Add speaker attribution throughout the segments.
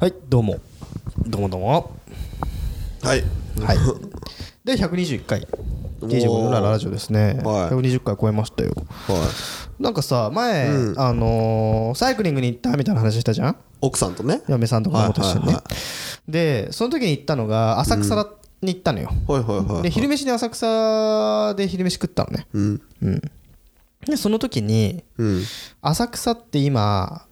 Speaker 1: はいどうもどうもどうも
Speaker 2: はい
Speaker 1: はい で121回
Speaker 2: おー
Speaker 1: DJ5 のラララジオですね、
Speaker 2: はい
Speaker 1: 120回超えましたよ
Speaker 2: はい
Speaker 1: なんかさ前、あのーサイクリングに行ったみたいな話したじゃん
Speaker 2: 奥さんとね
Speaker 1: 嫁さんとかのことしてね、
Speaker 2: はいは
Speaker 1: でその時に行ったのが浅草だに行ったのよ、
Speaker 2: はいはいはい
Speaker 1: で昼飯に浅草で昼飯食ったのね
Speaker 2: うん
Speaker 1: でその時に
Speaker 2: うん
Speaker 1: 浅草って今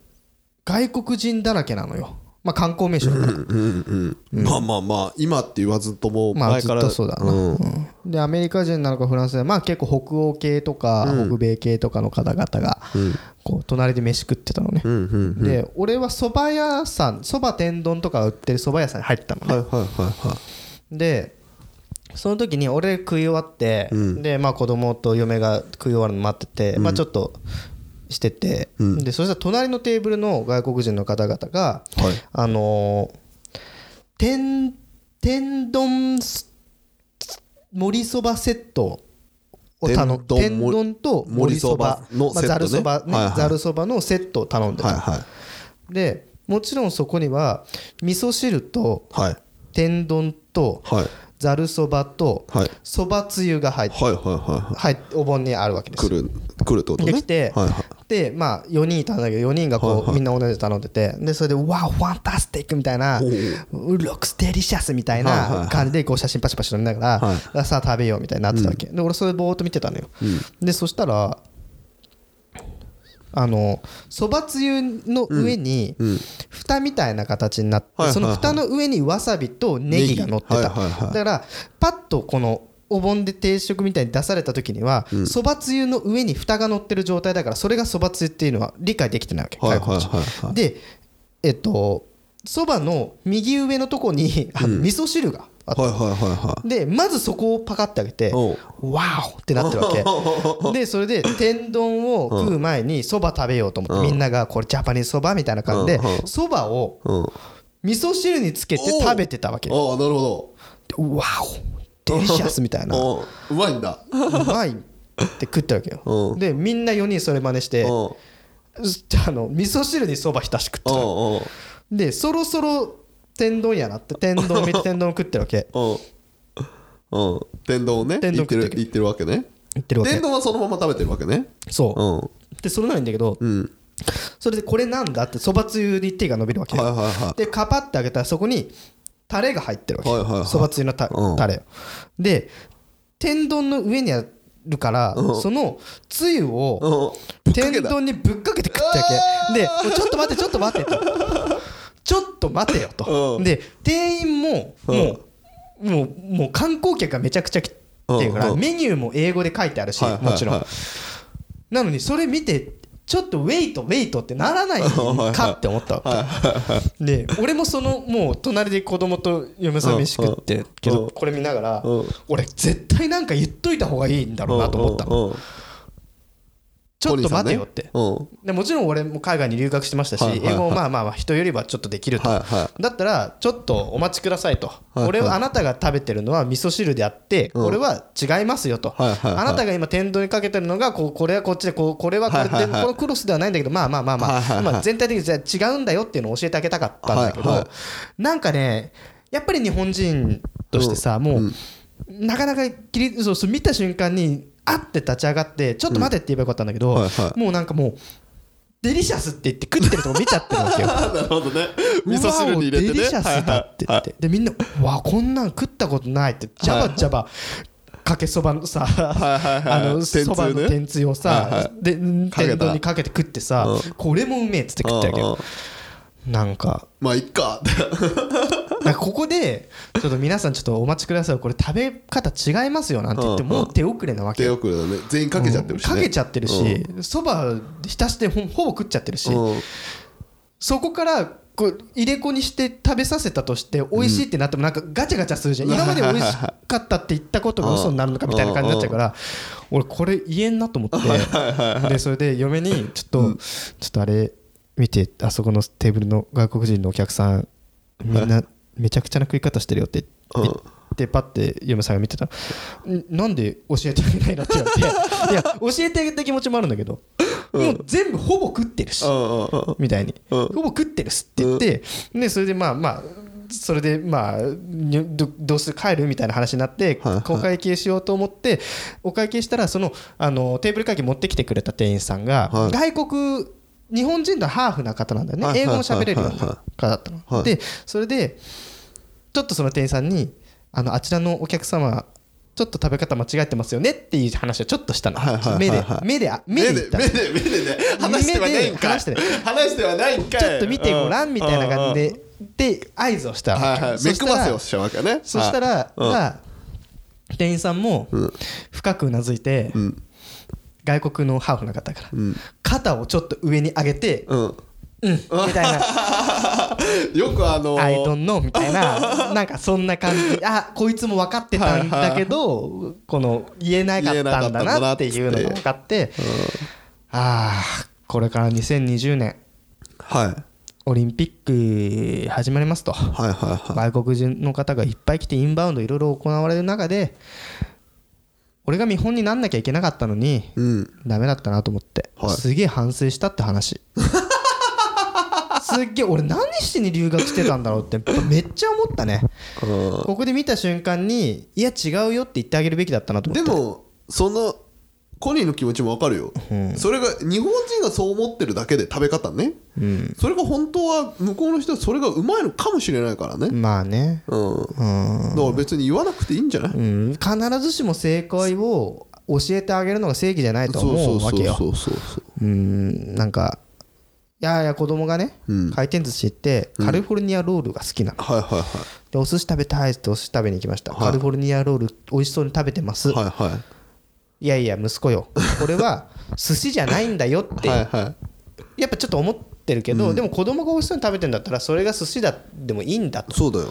Speaker 1: 外国人だらけなのよまあ観光名所だから
Speaker 2: うんうんまあまあまあ今って言わずとも
Speaker 1: まあ
Speaker 2: 前
Speaker 1: ず
Speaker 2: か
Speaker 1: っ
Speaker 2: ら
Speaker 1: とそうだな、
Speaker 2: う
Speaker 1: う
Speaker 2: ん
Speaker 1: んでアメリカ人なのかフランスでまあ結構北欧系とか北米系とかの方々がこう隣で飯食ってたのね、
Speaker 2: うんうん
Speaker 1: で俺は蕎麦屋さん蕎麦天丼とか売ってる蕎麦屋さんに入ったのね、
Speaker 2: はいはいはいは
Speaker 1: でその時に俺食い終わって、でまあ子供と嫁が食い終わるの待ってて、まあちょっとしてて、でそしたら隣のテーブルの外国人の方々が、
Speaker 2: はい
Speaker 1: あのー天天丼す盛りそばセットを頼む
Speaker 2: 天丼
Speaker 1: 天丼と盛りそば
Speaker 2: 盛りそばの
Speaker 1: まあ
Speaker 2: セットね
Speaker 1: ざるそばねざるそば
Speaker 2: はいはい
Speaker 1: のセットを頼んで
Speaker 2: い
Speaker 1: た、
Speaker 2: はいはい
Speaker 1: でもちろんそこには味噌汁と
Speaker 2: はい
Speaker 1: 天丼と
Speaker 2: はい
Speaker 1: ざるそばと
Speaker 2: はい
Speaker 1: そばつゆが入って
Speaker 2: はいはいは
Speaker 1: 入ってお盆にあるわけで
Speaker 2: い
Speaker 1: す
Speaker 2: 来
Speaker 1: よ
Speaker 2: る来るってことね
Speaker 1: できて
Speaker 2: はいはい
Speaker 1: でまあ4人いたんだけど4人がこう、みんな同じで頼んでてでそれで「わあファンタスティック」みたいな「ロ
Speaker 2: おう
Speaker 1: ックスデリシャス」みたい
Speaker 2: はいはいは
Speaker 1: ない感じでこう写真パシパシ撮りなが
Speaker 2: は
Speaker 1: らさあ食べようみたいになってたわけで俺それぼーっと見てたのよでそしたらあのそばつゆの上に蓋みたいな形になっ
Speaker 2: はいはいは
Speaker 1: て
Speaker 2: い
Speaker 1: その蓋の上にわさびとネギが乗ってた
Speaker 2: ネギ
Speaker 1: だ
Speaker 2: はいはいはい
Speaker 1: からパッとこのお盆で定食みたいに出された時にはそばつゆの上に蓋が乗ってる状態だからそれがそばつゆっていうのは理解できてないわけ
Speaker 2: はいはい
Speaker 1: 外国人
Speaker 2: はいはい
Speaker 1: でえっとそばの右上のとこにあの味噌汁があって
Speaker 2: はいはいはいはい
Speaker 1: でまずそこをパカってあげて
Speaker 2: お
Speaker 1: わ
Speaker 2: う
Speaker 1: ーおってなってるわ けでそれで天丼を食う前にそば食べようと思ってみんながこれジャパニーズそばみたいな感じで
Speaker 2: うん
Speaker 1: そばを
Speaker 2: うん
Speaker 1: 味噌汁につけて食べてたわけで
Speaker 2: ああなるほ
Speaker 1: うわおデリシャスみた いな
Speaker 2: どおううまいんだ
Speaker 1: うまいって食ったわけよ
Speaker 2: う
Speaker 1: でみんな4人それ真似して
Speaker 2: おう
Speaker 1: すあの味噌汁にそば浸し食ってたの
Speaker 2: おう
Speaker 1: でそろそろ天丼やなって天丼見 て天丼食ってるわけ
Speaker 2: おうおう天丼をね
Speaker 1: 天丼
Speaker 2: いって
Speaker 1: 食って
Speaker 2: るいってるわけね
Speaker 1: 言ってるわ
Speaker 2: 天
Speaker 1: け
Speaker 2: 丼はそのまま食べてるわけね
Speaker 1: そう
Speaker 2: うんは
Speaker 1: でそれなんだけど、それでこれなんだってそばつゆに手が伸びるわけ
Speaker 2: い
Speaker 1: よ、
Speaker 2: はいはい
Speaker 1: でカパってあげたらそこにタレが入ってるわけ
Speaker 2: はいはいはい
Speaker 1: そばつゆのた
Speaker 2: うん
Speaker 1: タレで天丼の上にあるから、そのつゆを
Speaker 2: おう
Speaker 1: 天丼にぶっかけて食ったわけで「ちょっと待ってちょっと待って」と「ちょっと待てよ」と
Speaker 2: うん
Speaker 1: で店員ももうもうもう観光客がめちゃくちゃ来てるか
Speaker 2: うん
Speaker 1: ら
Speaker 2: うん
Speaker 1: メニューも英語で書いてあるし
Speaker 2: はいはいはい
Speaker 1: もちろんなのにそれ見てちょっとウェイトウェイトってならないかって思ったわけで俺もそのもう隣で子供と嫁さん飯食ってけ
Speaker 2: う
Speaker 1: ど
Speaker 2: ん
Speaker 1: これ見ながら
Speaker 2: うん
Speaker 1: 俺絶対なんか言っといた方がいいんだろうなと思ったの
Speaker 2: うんうんうん
Speaker 1: ちょっと待てよって
Speaker 2: うん
Speaker 1: でもちろん俺も海外に留学してましたし、
Speaker 2: はいはいはい
Speaker 1: 英語もまあまあまあ人よりはちょっとできると、
Speaker 2: はいは
Speaker 1: だったらちょっとお待ちくださいと、
Speaker 2: いはい
Speaker 1: 俺はあなたが食べてるのは味噌汁であって、
Speaker 2: うん
Speaker 1: これは違いますよと、
Speaker 2: はいはいはい
Speaker 1: あなたが今天丼にかけてるのがこうこれはこっちでこうこれはこれで、
Speaker 2: はいはいはい
Speaker 1: このクロスではないんだけどまあまあまあまあ,、
Speaker 2: はいはいはい
Speaker 1: まあ全体的にじゃあ違うんだよっていうのを教えてあげたかったんだけど、
Speaker 2: はいは
Speaker 1: なんかねやっぱり日本人としてさ、もう、なかなか切りそうそう見た瞬間にあって立ち上がってちょっと待てって言えばよかったんだけど、
Speaker 2: うんはいはい
Speaker 1: もうなんかもうデリシャスって言って食ってるとこ見ちゃってるわけよ
Speaker 2: なるほどね 味噌汁に入れて
Speaker 1: うわおデ
Speaker 2: ね
Speaker 1: リシャスだって言ってでみんな「わあこんなん食ったことない」ってジャバジャバかけそばのさ
Speaker 2: いはいはい
Speaker 1: あの
Speaker 2: 天つゆね
Speaker 1: そばの天つゆを
Speaker 2: はいは
Speaker 1: さ
Speaker 2: い
Speaker 1: で
Speaker 2: かけた
Speaker 1: 天丼にかけて食ってさこれもうめえっつって食ったわけ
Speaker 2: うんう
Speaker 1: よ
Speaker 2: ん
Speaker 1: なんか
Speaker 2: まあいっか
Speaker 1: なんかここでちょっと皆さんちょっとお待ちくださいこれ食べ方違いますよなんて言って
Speaker 2: うん
Speaker 1: もう手遅れなわけ
Speaker 2: 手
Speaker 1: よ
Speaker 2: 遅れだね全員かけちゃってるしね
Speaker 1: かけちゃってるしそば浸してほほぼ食っちゃってるし
Speaker 2: うんうん
Speaker 1: そこからこう入れ子にして食べさせたとして美味しいってなってもなんかガチャガチャするじゃん、今まで美味しかったって言ったことが嘘になるのかみたいな感じになっちゃうから俺これ言えんなと思ってでそれで嫁にちょっと、ちょっとあれ見てあそこのテーブルの外国人のお客さんみんなめちゃくちゃな食い方してるよって言って。パッて嫁さんが見てたらんなんで教えてあげないのって言われていや教えてあげた気持ちもあるんだけどもう全部ほぼ食ってるし
Speaker 2: うんうんうん
Speaker 1: みたいに
Speaker 2: うん
Speaker 1: ほぼ食ってるっすって言ってでそれでまあまあそれでまあにどどうする帰るみたいな話になって
Speaker 2: はいはい
Speaker 1: お会計しようと思ってお会計したらそのあのテーブル会計持ってきてくれた店員さんが
Speaker 2: は
Speaker 1: 外国日本人のハーフな方なんだよね
Speaker 2: はいはい
Speaker 1: 英語
Speaker 2: はい
Speaker 1: も喋れるような方だった
Speaker 2: はい
Speaker 1: の。でそれでちょっとその店員さんにあのあちらのお客様ちょっと食べ方間違えてますよねっていう話をちょっとしたの
Speaker 2: はいはいはいはい
Speaker 1: 目で目であ目で言ったの
Speaker 2: 目で目でね話してはないんか
Speaker 1: 目で
Speaker 2: い
Speaker 1: 話して
Speaker 2: 話してはないんかい
Speaker 1: ちょっと見てごら
Speaker 2: うん
Speaker 1: みたいな感じで、で合図をした
Speaker 2: うんうんはいはい
Speaker 1: そ
Speaker 2: 目
Speaker 1: した
Speaker 2: く
Speaker 1: ら
Speaker 2: ばせをしちゃうわけね
Speaker 1: そしたら、
Speaker 2: はいうん
Speaker 1: まあ店員さんも深くうなずいて、
Speaker 2: ん
Speaker 1: 外国のハーフの方だから、
Speaker 2: ん
Speaker 1: 肩をちょっと上に上げて、
Speaker 2: うん
Speaker 1: うん、みた いな
Speaker 2: よくあ
Speaker 1: 「
Speaker 2: の
Speaker 1: I don't know」みたいななんかそんな感じあこいつも分かってたんだけど、この言えなかったんだなっていうのが分かって、ああこれから2020年
Speaker 2: はいはい
Speaker 1: オリンピック始まりますと。
Speaker 2: はいはい
Speaker 1: 外国人の方がいっぱい来てインバウンドいろいろ行われる中で俺が見本になんなきゃいけなかったのに
Speaker 2: うん
Speaker 1: ダメだったなと思って、
Speaker 2: はい
Speaker 1: すげえ反省したって 話すっげえ俺何しに留学してたんだろうってめっちゃ思ったね
Speaker 2: うん
Speaker 1: ここで見た瞬間にいや違うよって言ってあげるべきだったなと思
Speaker 2: で
Speaker 1: って
Speaker 2: もそのコニーの気持ちもわかるよ、それが日本人がそう思ってるだけで食べ方ね、それが本当は向こうの人はそれがうまいのかもしれないからね、
Speaker 1: まあね
Speaker 2: うんだから別に言わなくていいんじゃない、
Speaker 1: うん必ずしも正解を教えてあげるのが正義じゃないと
Speaker 2: そう
Speaker 1: 思
Speaker 2: そううそ
Speaker 1: わ
Speaker 2: う
Speaker 1: けよ
Speaker 2: そうそうそう
Speaker 1: うーんなんかいやいや子供がね、回転寿司行ってカリフォルニアロールが好きなの、
Speaker 2: はいはい
Speaker 1: でお寿司食べたいってお寿司食べに行きました、カリフォルニアロール美味しそうに食べてます、、
Speaker 2: はいはいはい
Speaker 1: やいや息子よこれは寿司じゃないんだよって
Speaker 2: いはいはい
Speaker 1: やっぱちょっと思ってるけど、でも子供が美味しそうに食べてんだったらそれが寿司だでもいいんだと
Speaker 2: そうだよ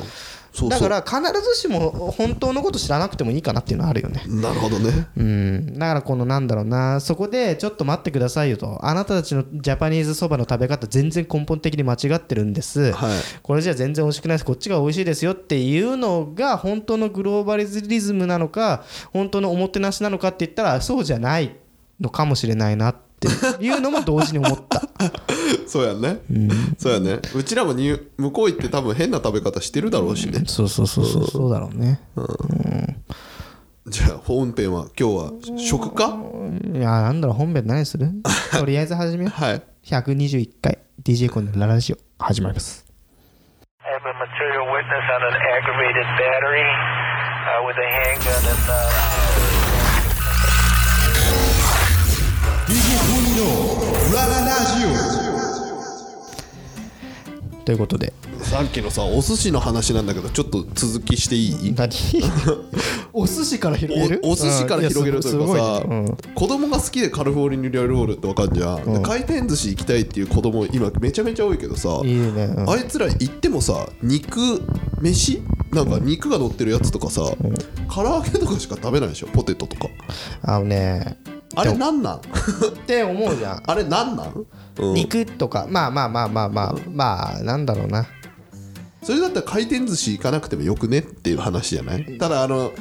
Speaker 2: そうそう
Speaker 1: だから必ずしも本当のこと知らなくてもいいかなっていうのはあるよね
Speaker 2: なるほどね
Speaker 1: うんだからこのなんだろうなそこでちょっと待ってくださいよとあなたたちのジャパニーズそばの食べ方全然根本的に間違ってるんです、
Speaker 2: はい
Speaker 1: これじゃ全然美味しくないですこっちが美味しいですよっていうのが本当のグローバリズムなのか本当のおもてなしなのかって言ったらそうじゃないのかもしれないなっていうのも同時に思った
Speaker 2: そうやね、そうやねうちらもに向こう行って多分変な食べ方してるだろうしね、
Speaker 1: そうそうそうそうそうだろうね
Speaker 2: じゃあ本編は今日は食か、
Speaker 1: いやなんだろう本編何す るとりあえず始めよう
Speaker 2: はい
Speaker 1: 121回 DJ コンのララジオ始まります
Speaker 3: I have a material witness on an aggravated battery uh, with a handgun and. Uh
Speaker 4: DJ コニーのラララジオ
Speaker 1: ということで
Speaker 2: さっきのさお寿司の話なんだけどちょっと続きしていい
Speaker 1: 何 お寿司から広げる
Speaker 2: おお寿司から広げるというかさ、
Speaker 1: うんいやすごいねうん
Speaker 2: 子供が好きでカリフォルニアロールってわかんじゃん、で回転寿司行きたいっていう子供今めちゃめちゃ多いけどさ
Speaker 1: いいねうん
Speaker 2: あいつら行ってもさ肉飯なんか肉が乗ってるやつとかさ、唐揚げとかしか食べないでしょポテトとか
Speaker 1: あのね
Speaker 2: あれなん なん
Speaker 1: って思うじゃん
Speaker 2: あれなんなん、うん
Speaker 1: 肉とかまあまあまあまあまあまあなんだろうな
Speaker 2: それだったら回転寿司行かなくてもよくねっていう話じゃないただあの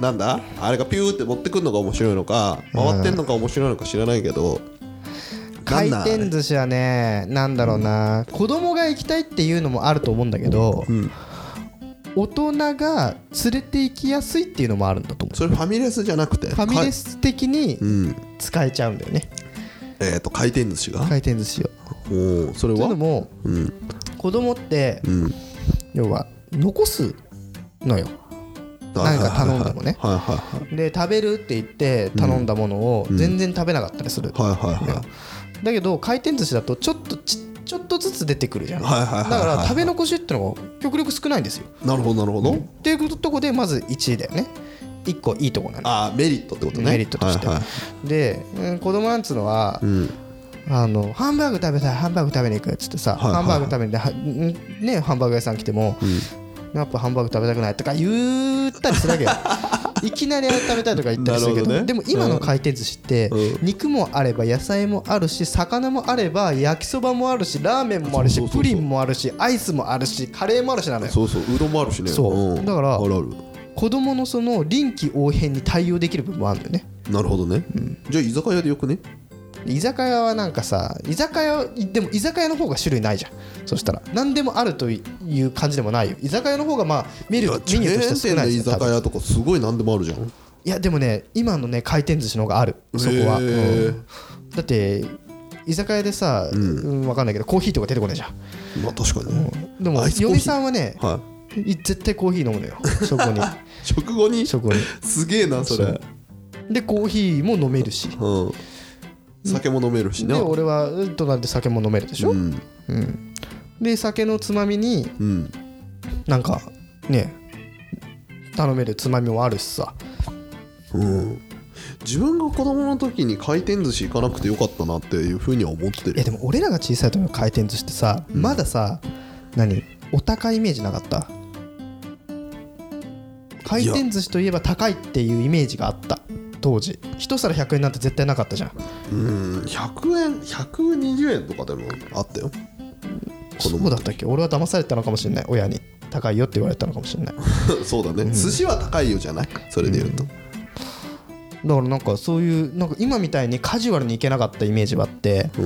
Speaker 2: なんだあれがピューって持ってくるのが面白いのか回ってんのか面白いのか知らないけど、な
Speaker 1: 回
Speaker 2: んなんあれ
Speaker 1: 転寿司はねなんだろうな子供が行きたいっていうのもあると思うんだけど
Speaker 2: ん
Speaker 1: 大人が連れて行きやすいっていうのもあるんだと思
Speaker 2: それファミレスじゃなくて
Speaker 1: うファミレ
Speaker 2: か
Speaker 1: ス的に
Speaker 2: うん
Speaker 1: 使えちゃうんだよね
Speaker 2: えっ、と回転寿司が
Speaker 1: 回転寿司を
Speaker 2: おーそれ
Speaker 1: というの
Speaker 2: は
Speaker 1: も
Speaker 2: うん
Speaker 1: 子供って
Speaker 2: うん
Speaker 1: 要は残すのよなんか頼んだのね
Speaker 2: はいはい
Speaker 1: で食べるって言って頼んだものを全然食べなかったりする
Speaker 2: はいはいはいはいはい
Speaker 1: だけど回転寿司だとちょっとちちょっとずつ出てくるじゃんだ
Speaker 2: はいはいはいはい
Speaker 1: から食べ残しってのが極力少ないんですよ
Speaker 2: なるほどなるほど、
Speaker 1: っていうとこでまず1位だよね1個いいとこなの
Speaker 2: ああメリットってことね
Speaker 1: メリットとして
Speaker 2: はいはい
Speaker 1: で、うん子供なんつうのは、
Speaker 2: うん
Speaker 1: あのハンバーグ食べたいハンバーグ食べに行くっつってさ、
Speaker 2: はいはい
Speaker 1: ハンバーグ食べにはんねハンバーグ屋さん来ても、やっぱハンバーグ食べたくないとか言ったりするわけよ いきなりあれ食べたいとか言ったりするけど
Speaker 2: なるほどね
Speaker 1: でも今の回転寿司って、
Speaker 2: うん
Speaker 1: 肉もあれば野菜もあるし魚もあれば焼きそばもあるしラーメンもあるし
Speaker 2: そうそうそうそう
Speaker 1: プリンもあるしアイスもあるしカレーもあるしなのよ
Speaker 2: そうそううどんもあるしね
Speaker 1: そうだから
Speaker 2: あるある
Speaker 1: 子供のその臨機応変に対応できる部分もあるんだよね
Speaker 2: なるほどね、じゃあ居酒屋でよくね
Speaker 1: 居酒屋はなんかさ居酒屋でも居酒屋の方が種類ないじゃんそしたら何でもあるという感じでもないよ居酒屋の方がまあメニュー
Speaker 2: チ
Speaker 1: メ
Speaker 2: ェ
Speaker 1: ニューとして
Speaker 2: ー
Speaker 1: 少
Speaker 2: ン店
Speaker 1: ない
Speaker 2: の
Speaker 1: で
Speaker 2: 居
Speaker 1: すよ多
Speaker 2: 酒
Speaker 1: 分
Speaker 2: 屋とかすごい何でもあるじゃん
Speaker 1: いやでもね今のね回転寿司の方があるそこは、
Speaker 2: へー
Speaker 1: うんだって居酒屋でさ、うん、分かんないけどコーヒーとか出てこないじゃん
Speaker 2: まあ確かにね
Speaker 1: でも
Speaker 2: アイスコーヒー
Speaker 1: 嫁さんはね
Speaker 2: はい
Speaker 1: 絶対コーヒー飲むのよそこに
Speaker 2: い食後に
Speaker 1: そこに
Speaker 2: すげえなそれ
Speaker 1: そうでコーヒーも飲めるし
Speaker 2: うん酒も飲めるし
Speaker 1: で
Speaker 2: な
Speaker 1: 俺はうんとなんで酒も飲めるでしょ、
Speaker 2: うん
Speaker 1: で酒のつまみに
Speaker 2: うん
Speaker 1: なんかね頼めるつまみもあるしさ
Speaker 2: うん自分が子供の時に回転寿司行かなくてよかったなっていうふうには思って
Speaker 1: いや
Speaker 2: る
Speaker 1: でも俺らが小さい時の回転寿司ってさ、まださ何お高いイメージなかった回転寿司といえば高いっていうイメージがあった当時一皿100円なんて絶対なかったじゃん
Speaker 2: うん100円120円とかでもあったよ 子
Speaker 1: そ
Speaker 2: 供
Speaker 1: うだったっけ俺は騙されたのかもしれない親に高いよって言われたのかもしれないだか
Speaker 2: そうだね、寿司は高いよじゃないそれで言うと、
Speaker 1: らなんかそういうなんか今みたいにカジュアルに行けなかったイメージはあって
Speaker 2: う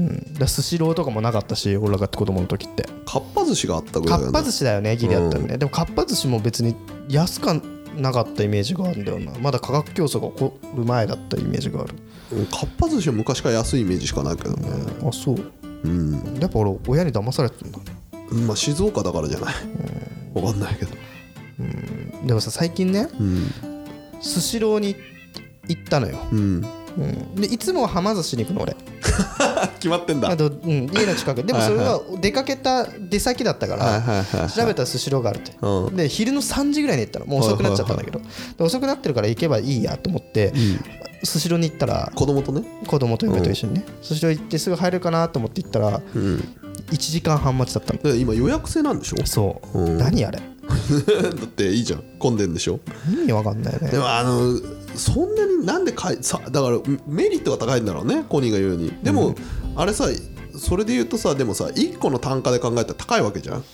Speaker 2: ん、
Speaker 1: だからスシローとかもなかったし俺らが子供の時って
Speaker 2: かっぱ寿司があったぐ
Speaker 1: か
Speaker 2: らいだ
Speaker 1: っ
Speaker 2: よ
Speaker 1: ぱ
Speaker 2: ね
Speaker 1: 寿司だよねギリだったよね、でもかっぱ寿司も別に安かなかったイメージがあるんだよなまだ価格競争が起こる前だったイメージがある
Speaker 2: うんかっぱ寿司は昔から安いイメージしかないけどね、
Speaker 1: あそううんやっぱ俺親に騙されてたんだ
Speaker 2: まあ静岡だからじゃない、わかんないけど
Speaker 1: でもさ最近ね
Speaker 2: うん
Speaker 1: スシローに行ったのよ、
Speaker 2: うん
Speaker 1: うんでいつもははま寿司に行くの俺
Speaker 2: 決まってんだ
Speaker 1: あ
Speaker 2: はい
Speaker 1: と、うん、家の近くでもそれは出かけた出先だったか
Speaker 2: はいはい
Speaker 1: ら
Speaker 2: は
Speaker 1: 調べたらスシローがあるって、
Speaker 2: う
Speaker 1: で昼の3時ぐらいに行ったのもう遅くなっちゃったんだけど、で遅くなってるから行けばいいやと思ってスシローに行ったら
Speaker 2: 子供とね
Speaker 1: 子供と嫁と一緒にね、スシロー行ってすぐ入るかなと思って行ったら、1時間半待ちだったの
Speaker 2: で今予約制なんでしょ
Speaker 1: そう、
Speaker 2: うん
Speaker 1: 何あれ
Speaker 2: だっていいじゃん混んでんでしょ
Speaker 1: 意味わかんないよね
Speaker 2: でもあのそんなになんでかいさだからメリットが高いんだろうねコニーが言うにでも、あれさそれで言うとさでもさ1個の単価で考えたら高いわけじゃん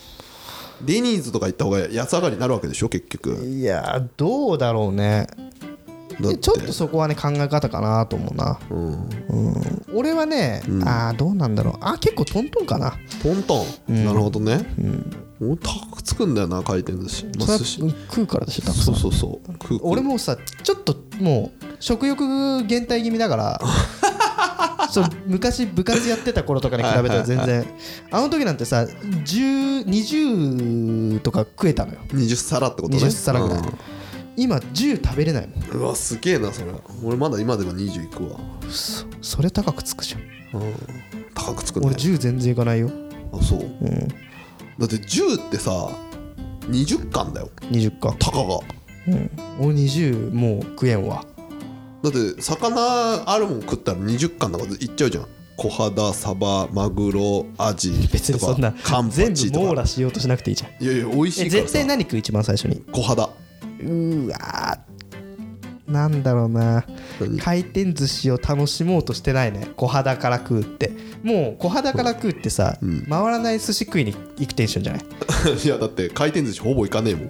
Speaker 2: デニーズとか行った方が安上がりになるわけでしょ結局
Speaker 1: いやーどうだろうね
Speaker 2: だって
Speaker 1: ちょっとそこはね考え方かなと思うな、
Speaker 2: うん
Speaker 1: 俺はね、ああどうなんだろうあー結構トントンかな
Speaker 2: トントン、なるほどね、もう高くつくんだよな回転寿司,、まあ、寿司
Speaker 1: それは食うからだし多分
Speaker 2: そうそうそう食う
Speaker 1: 俺もさちょっともう食欲減退気味だから そう昔部活やってた頃とかに比べたら全然あの時なんてさ10 20とか食えたのよ
Speaker 2: 20皿ってことね
Speaker 1: 20皿ぐらい、
Speaker 2: う
Speaker 1: 今10食べれないもん
Speaker 2: んうわすげえなそれ俺まだ今でも20いくわ
Speaker 1: そそれ高くつくじゃん
Speaker 2: 高くつくね
Speaker 1: 俺10全然いかないよ
Speaker 2: あそう、だって10ってさ20巻だよ
Speaker 1: 20か
Speaker 2: たかが
Speaker 1: 俺20もう食えんわ
Speaker 2: だって魚あるもん食ったら20巻だからいっちゃうじゃん小肌サバマグロアジ
Speaker 1: 別に
Speaker 2: とか
Speaker 1: そんな
Speaker 2: カンパ
Speaker 1: 全
Speaker 2: チ
Speaker 1: 部
Speaker 2: と
Speaker 1: 網
Speaker 2: か
Speaker 1: 羅しようとしなくていいじゃん
Speaker 2: いやいや美味し
Speaker 1: え
Speaker 2: いから
Speaker 1: 絶
Speaker 2: さ
Speaker 1: 対何食う一番最初に
Speaker 2: 小肌
Speaker 1: うーわーなんだろうな
Speaker 2: 何
Speaker 1: 回転寿司を楽しもうとしてないね小肌から食うってもう小肌から食うってさ、回らない寿司食いに行くテンションじゃない
Speaker 2: いやだって回転寿司ほぼ行かねえも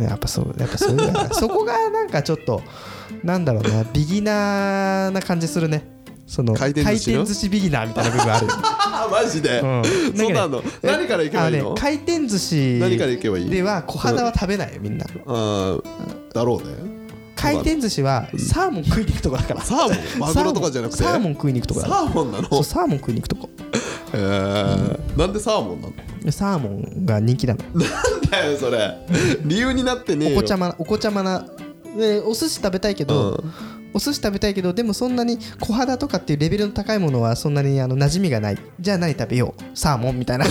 Speaker 2: ん
Speaker 1: やっぱそうやっぱそうだよなそこがなんかちょっとなんだろうなビギナーな感じするねその
Speaker 2: 回転寿司の
Speaker 1: 回転寿司ビギナーみたいな部分ある よね
Speaker 2: あマジで、
Speaker 1: うん
Speaker 2: そうなの何から行けばいい
Speaker 1: あの
Speaker 2: の
Speaker 1: ね、回転寿司
Speaker 2: 何から行けばいい
Speaker 1: では小肌は食べないよみんな
Speaker 2: あーだろうね
Speaker 1: 回転寿司はサーモン食いに行くとこだから
Speaker 2: サーモンマグロとかじゃなくて
Speaker 1: サーモン食いに行くとこだ
Speaker 2: サーモンなの
Speaker 1: そうサーモン食いに行くとこ
Speaker 2: へーなんでサーモンなの
Speaker 1: サーモンが人気なの
Speaker 2: なんだよそれ理由になってねえ
Speaker 1: お
Speaker 2: よ
Speaker 1: こちゃまおこちゃまなでお寿司食べたいけど、
Speaker 2: うん
Speaker 1: お寿司食べたいけどでもそんなに小肌とかっていうレベルの高いものはそんなにあの馴染みがないじゃあ何食べようサーモンみたいな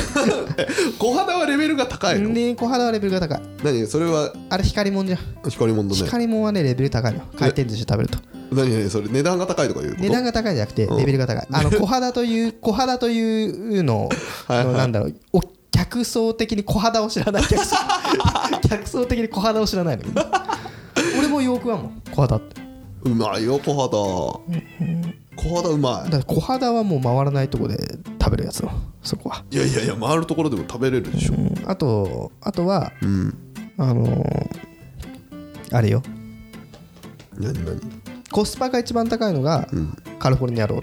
Speaker 2: 小肌はレベルが高いの、
Speaker 1: で小肌はレベルが高い
Speaker 2: 何それは
Speaker 1: あれ光もんじゃん
Speaker 2: 光り物だね
Speaker 1: 光もんはねレベル高いの回転寿司食べると
Speaker 2: 何何それ値段が高いとかいうこと
Speaker 1: 値段が高いんじゃなくてレベルが高い、 あの小肌という小肌というのを
Speaker 2: はい
Speaker 1: のなんだろうお客層的に小肌を知らない客 層客層的に小肌を知らないのみんな俺もよくはもん小肌って
Speaker 2: うまいよ小肌小肌うま
Speaker 1: だから小肌はもう回らないとこで食べるやつのそこは、
Speaker 2: いいやいやいや回るところでも食べれるでしょ
Speaker 1: うんあとあとは
Speaker 2: うん
Speaker 1: あのーあれよ
Speaker 2: 何何
Speaker 1: コスパが一番高いのがカリフォルニアロー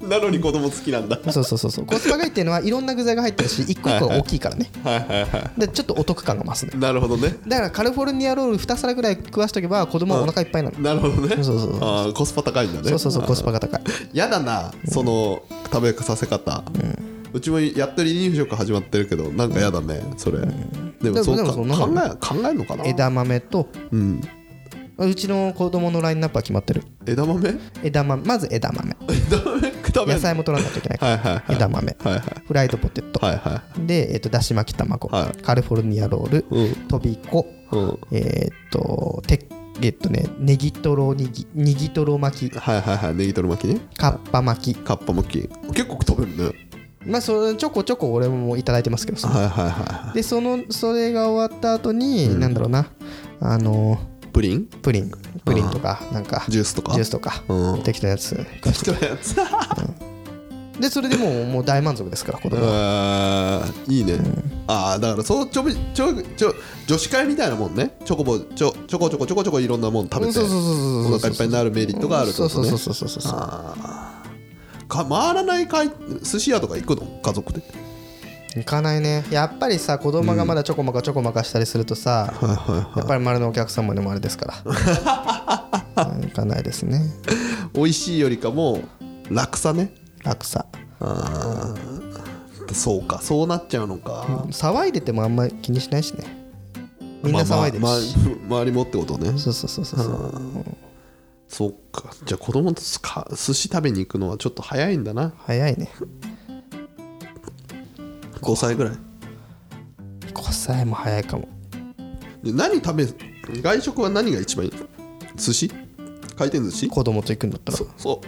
Speaker 1: ル、
Speaker 2: なのに子供好きなんだ
Speaker 1: そうそう そうそうコスパがいいっていうのはいろんな具材が入ってるし一個一個が大きいからねでちょっとお得感が増すね
Speaker 2: なるほどね
Speaker 1: だからカリフォルニアロール2皿ぐらい食わしとけば子供はお腹いっぱいなの
Speaker 2: なるほどね
Speaker 1: そうそうそう
Speaker 2: あーコスパ高いんだね
Speaker 1: そうそうそうコスパが高い
Speaker 2: やだなその食べさせ方、うちもやってる離乳食始まってるけどなんかやだねそれ、で
Speaker 1: で
Speaker 2: も
Speaker 1: も
Speaker 2: そう
Speaker 1: で
Speaker 2: か
Speaker 1: もそんなもん
Speaker 2: 考え考えんのかな
Speaker 1: 枝豆と
Speaker 2: うん、
Speaker 1: うちの子供のラインナップは決まってる
Speaker 2: 枝豆
Speaker 1: 枝豆まず枝豆
Speaker 2: 枝豆食べ
Speaker 1: 野
Speaker 2: んの
Speaker 1: 菜も取らないといけないか
Speaker 2: はい
Speaker 1: ら
Speaker 2: はいはい
Speaker 1: 枝豆
Speaker 2: はいはい
Speaker 1: フライドポテト
Speaker 2: はいは
Speaker 1: で、えっとだし巻き卵、
Speaker 2: はい
Speaker 1: カリフォルニアロール、
Speaker 2: うん
Speaker 1: とびこ、
Speaker 2: いうん
Speaker 1: えーっとてえっとねネギトロにぎネギトロ巻き
Speaker 2: はいはいはいネギトロ巻きね
Speaker 1: カッパ巻き
Speaker 2: カッパ巻き結構食べるね
Speaker 1: まあそれちょこちょこ俺もいただいてますけどその
Speaker 2: はいはいは
Speaker 1: でそのそれが終わった後に、なんだろうなあの
Speaker 2: いプリン
Speaker 1: プリンプリンとかなんか
Speaker 2: ジュースとか
Speaker 1: ジュースとか
Speaker 2: うん
Speaker 1: 適当なやつ
Speaker 2: 適当なやつ
Speaker 1: でそれでもうもう大満足ですから子供は
Speaker 2: あーいいね、ああだからそうちょびちょちょ女子会みたいなもんねちょこぼちょちょこちょこちょこちょこいろんなもん食べて
Speaker 1: そうそうそうそうそう
Speaker 2: お腹いっぱいになるメリットがあるって
Speaker 1: そ
Speaker 2: こ
Speaker 1: うそ
Speaker 2: と
Speaker 1: う
Speaker 2: ね
Speaker 1: そうそうそうそう
Speaker 2: あーか回らない会寿司屋とか行くの家族で
Speaker 1: 行かないねやっぱりさ子供がまだちょこまかちょこまかしたりするとさ、やっぱり丸のお客様でもあれですからうん行かないですね
Speaker 2: 美味しいよりかも楽さね
Speaker 1: 落差
Speaker 2: あーそうかそうなっちゃうのか、
Speaker 1: 騒いでてもあんまり気にしないしねみんな騒いでるし、
Speaker 2: まあまあ周りもってことね
Speaker 1: そうそうそうそうそう
Speaker 2: そっかじゃあ子供とすか寿司食べに行くのはちょっと早いんだな
Speaker 1: 早いね
Speaker 2: 5歳ぐらい
Speaker 1: 5歳も早いかも
Speaker 2: で何食べ外食は何が一番いい寿司回転寿司
Speaker 1: 子供と行くんだったら
Speaker 2: そそ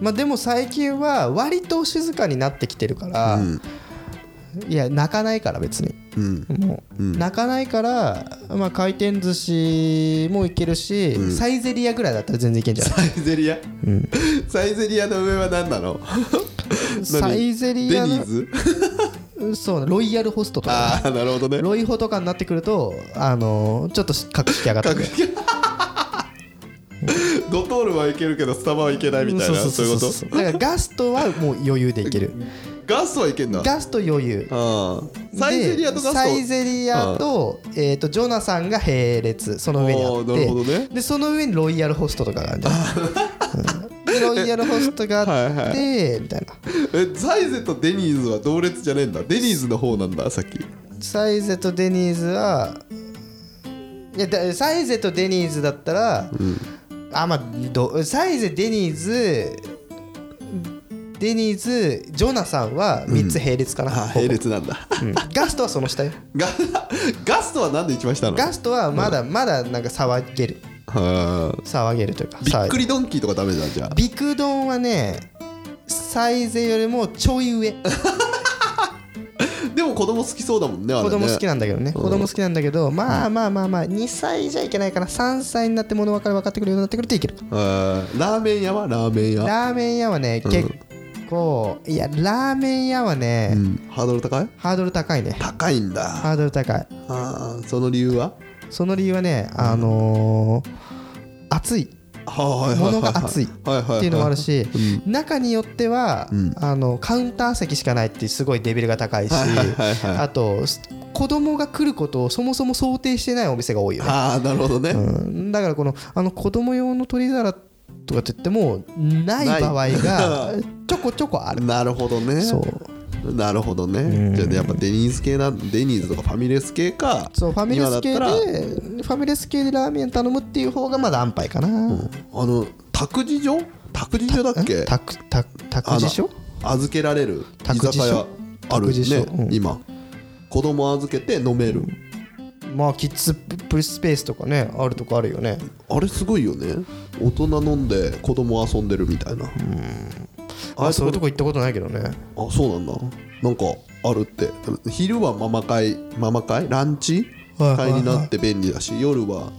Speaker 1: まあでも最近は割と静かになってきてるから、いや泣かないから別に
Speaker 2: ううん
Speaker 1: もう、泣かないから、まあ、回転寿司もいけるし、サイゼリアぐらいだったら全然いけんじゃない
Speaker 2: サイゼリア、サイゼリアの上は何なの 何
Speaker 1: サイゼリアの
Speaker 2: デニーズ
Speaker 1: そうロイヤルホストとか
Speaker 2: ああなるほどね
Speaker 1: ロイホとかになってくるとあのーちょっと格引き上がってくる
Speaker 2: ドトールはいけるけどスタバはいけないみたいなそういうこと
Speaker 1: だからガストはもう余裕でいける
Speaker 2: ガストはいけんだ
Speaker 1: ガスト余裕
Speaker 2: あーサイゼリアとガスト
Speaker 1: でサイゼリアと,、えー、とジョナサンが並列その上にあっ
Speaker 2: お
Speaker 1: て
Speaker 2: ーなるほどね
Speaker 1: でその上にロイヤルホストとかがあるんじゃない、うんでロイヤルホスト があってみたいな
Speaker 2: えサイゼとデニーズは同列じゃねえんだデニーズの方なんださっき
Speaker 1: サイゼとデニーズはいやだサイゼとデニーズだったら、あまあどサイゼデニーズデニーズジョナさんは3つ並列かな、
Speaker 2: あー
Speaker 1: ほぼ
Speaker 2: 並列なんだ、
Speaker 1: うんガストはその下よ
Speaker 2: ガガストは何で一番下なの
Speaker 1: ガストはまだ、まだなんか騒げる
Speaker 2: あー
Speaker 1: 騒げるというか
Speaker 2: びっく
Speaker 1: り
Speaker 2: りドンキーとかダメだじゃあ
Speaker 1: ビクドンはねサイゼよりもちょい上
Speaker 2: でも子供好きそうだもんねあれ
Speaker 1: 子
Speaker 2: ね
Speaker 1: 供好きなんだけどね子供好きなんだけどまあまあまあまあ2歳じゃいけないかな3歳になって物分かり分かってくるようになってくるといける
Speaker 2: あーラーメン屋はラーメン屋、
Speaker 1: ラーメン屋はね結構、いやラーメン屋はね、
Speaker 2: うん、ハードル高い
Speaker 1: ハードル高いね
Speaker 2: 高いんだ
Speaker 1: ハードル高い
Speaker 2: あーその理由は
Speaker 1: その理由はねあのー熱い
Speaker 2: はいはいはいはい
Speaker 1: 物が熱いっ
Speaker 2: はは
Speaker 1: ていうのもあるし
Speaker 2: う
Speaker 1: 中によっては、あのカウンター席しかないっていうすごいレベルが高いし
Speaker 2: はいはいはいはい
Speaker 1: あと子供が来ることをそもそも想定してないお店が多いよね、
Speaker 2: ああなるほどね、
Speaker 1: うん、だからこのあの子供用の取り皿とかって言ってもない
Speaker 2: ない
Speaker 1: 場合 がちょこちょこある
Speaker 2: なるほどね
Speaker 1: そう
Speaker 2: なるほどねじゃあやっぱデニーズ系なデニーズとかファミレス系か
Speaker 1: そうファミレス系で
Speaker 2: 今だったら
Speaker 1: ファミレス系でラーメン頼むっていう方がまだ安牌かな、
Speaker 2: あの託児所託児所だっけ
Speaker 1: たくた託児所
Speaker 2: あの預けられる居
Speaker 1: 託
Speaker 2: 酒
Speaker 1: 児所
Speaker 2: 屋ある
Speaker 1: 託児所
Speaker 2: ね、
Speaker 1: うん
Speaker 2: 今子供預けて飲める、
Speaker 1: まあキッズプレスペースとかねあるとこあるよね
Speaker 2: あれすごいよね大人飲んで子供遊んでるみたいな
Speaker 1: あ
Speaker 2: あ
Speaker 1: そういうと
Speaker 2: こ
Speaker 1: こ行ったことないけどね
Speaker 2: あそうなんだなんかあるって昼はママ会ママ会ランチ
Speaker 1: はいはいはい
Speaker 2: 会になって便利だし夜は、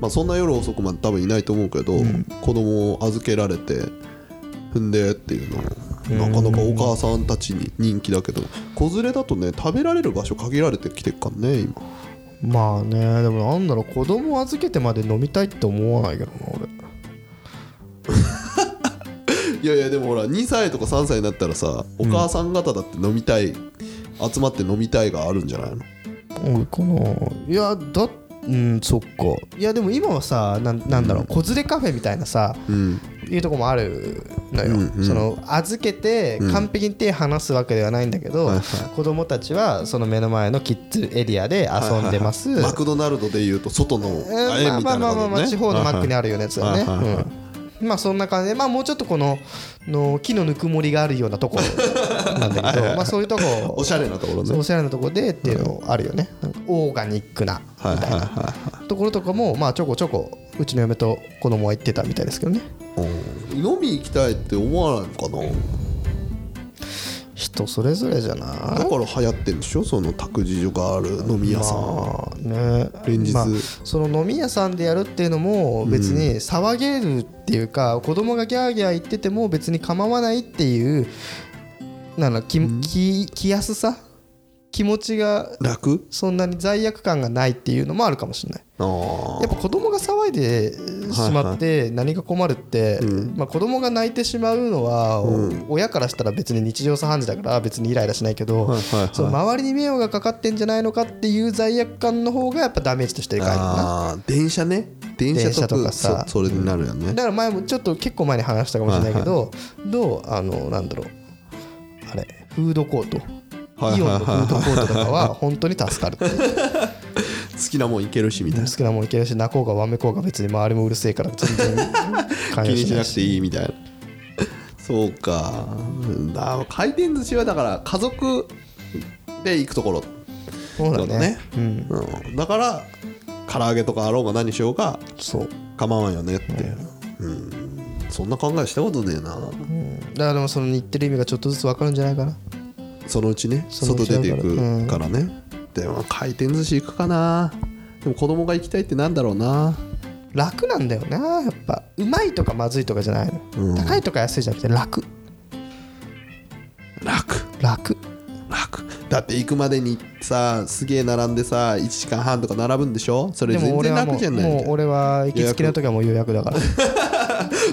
Speaker 2: まあ、そんな夜遅くまで多分いないと思うけど、子供を預けられて踏んでっていうのなかなかお母さんたちに人気だけど子連れだとね食べられる場所限られてきてるからね今
Speaker 1: まあねでもなんだろう子供預けてまで飲みたいって思わないけどな俺
Speaker 2: いやいやでもほら2歳とか3歳になったらさお母さん方だって飲みたい、集まって飲みたいがあるんじゃないの
Speaker 1: 俺かないやだうんそっかいやでも今はさなんなんだろう子連れカフェみたいなさ、
Speaker 2: うん
Speaker 1: いうとこもあるのよ、その預けて完璧に手離すわけではないんだけど、
Speaker 2: はいはい
Speaker 1: 子供たちはその目の前のキッズエリアで遊んでます、
Speaker 2: マクドナルドでいうと外の
Speaker 1: えー
Speaker 2: あれ
Speaker 1: ま
Speaker 2: みた
Speaker 1: あま
Speaker 2: いな
Speaker 1: あまあまあ地方のマックに
Speaker 2: あ
Speaker 1: あるようなやつだね、
Speaker 2: はいはいはい
Speaker 1: うんまあそんな感じでまあもうちょっとこのの木のぬくもりがあるようなとこなん だけどまあそういうとこ
Speaker 2: おしゃれなところ
Speaker 1: そうお
Speaker 2: ね
Speaker 1: しゃれなとこでっていうのあるよね、なんかオーガニックなみたいなところとかもまあちょこちょこうちの嫁と子供は行ってたみたいですけどね
Speaker 2: うん飲み行きたいって思わないのかな
Speaker 1: 人それぞれじゃな
Speaker 2: だ
Speaker 1: い
Speaker 2: から流行ってるんでしょその託児所がある飲み屋さん、
Speaker 1: まあね
Speaker 2: 連日
Speaker 1: まあその飲み屋さんでやるっていうのも別に騒げるっていうか、子供がギャーギャー言ってても別に構わないっていうなんだ気,、気気やすさ気持ちが
Speaker 2: 楽
Speaker 1: そんなに罪悪感がないっていうのもあるかもしれない
Speaker 2: あ
Speaker 1: やっぱ子供が騒いでしまって何が困るって、まあ、子供が泣いてしまうのは、親からしたら別に日常茶飯事だから別にイライラしないけど、
Speaker 2: はいはいはい
Speaker 1: その周りに迷惑がかかってんじゃないのかっていう罪悪感の方がやっぱダメージとしてでかいよな
Speaker 2: あー電車ね電車
Speaker 1: 電車
Speaker 2: と
Speaker 1: と
Speaker 2: か
Speaker 1: かさ
Speaker 2: そそれになるよね、
Speaker 1: だから前もちょっと結構前に話したかもしれないけど、どうあのなんだろうあれフードコート
Speaker 2: はいはいはい
Speaker 1: イオンのフードコートとかは本当に助かるっていう
Speaker 2: 好きなもん行けるしみたいな
Speaker 1: 好きなもんいけるし泣こうがわめこうが別に周りもうるせえから全然関 与
Speaker 2: 気に
Speaker 1: し
Speaker 2: し
Speaker 1: な
Speaker 2: ないく
Speaker 1: して
Speaker 2: いいみたいなそうかだ回転寿司はだから家族で行くところ
Speaker 1: そうだね
Speaker 2: そうだ
Speaker 1: うん
Speaker 2: うん、だから唐揚げとかあろうが何しようが
Speaker 1: そう
Speaker 2: 構わんよねって、うんそんな考えしたことねえな、
Speaker 1: だからでもその言ってる意味がちょっとずつ分かるんじゃないかな
Speaker 2: そのうちね
Speaker 1: そのう
Speaker 2: 外
Speaker 1: ち
Speaker 2: 出
Speaker 1: だから
Speaker 2: ていくからね、でも回転寿司行くかなでも子供が行きたいってなんだろうな
Speaker 1: 楽なんだよなやっぱうまいとかまずいとかじゃないの、
Speaker 2: うん
Speaker 1: 高いとか安いじゃなくて楽
Speaker 2: 楽
Speaker 1: 楽
Speaker 2: 楽だって行くまでにさすげえ並んでさ1時間半とか並ぶんでしょそれ
Speaker 1: でも
Speaker 2: 全
Speaker 1: 俺
Speaker 2: 然
Speaker 1: はも
Speaker 2: 楽
Speaker 1: う
Speaker 2: じゃない
Speaker 1: もう俺は行きつけの時はもう予約だから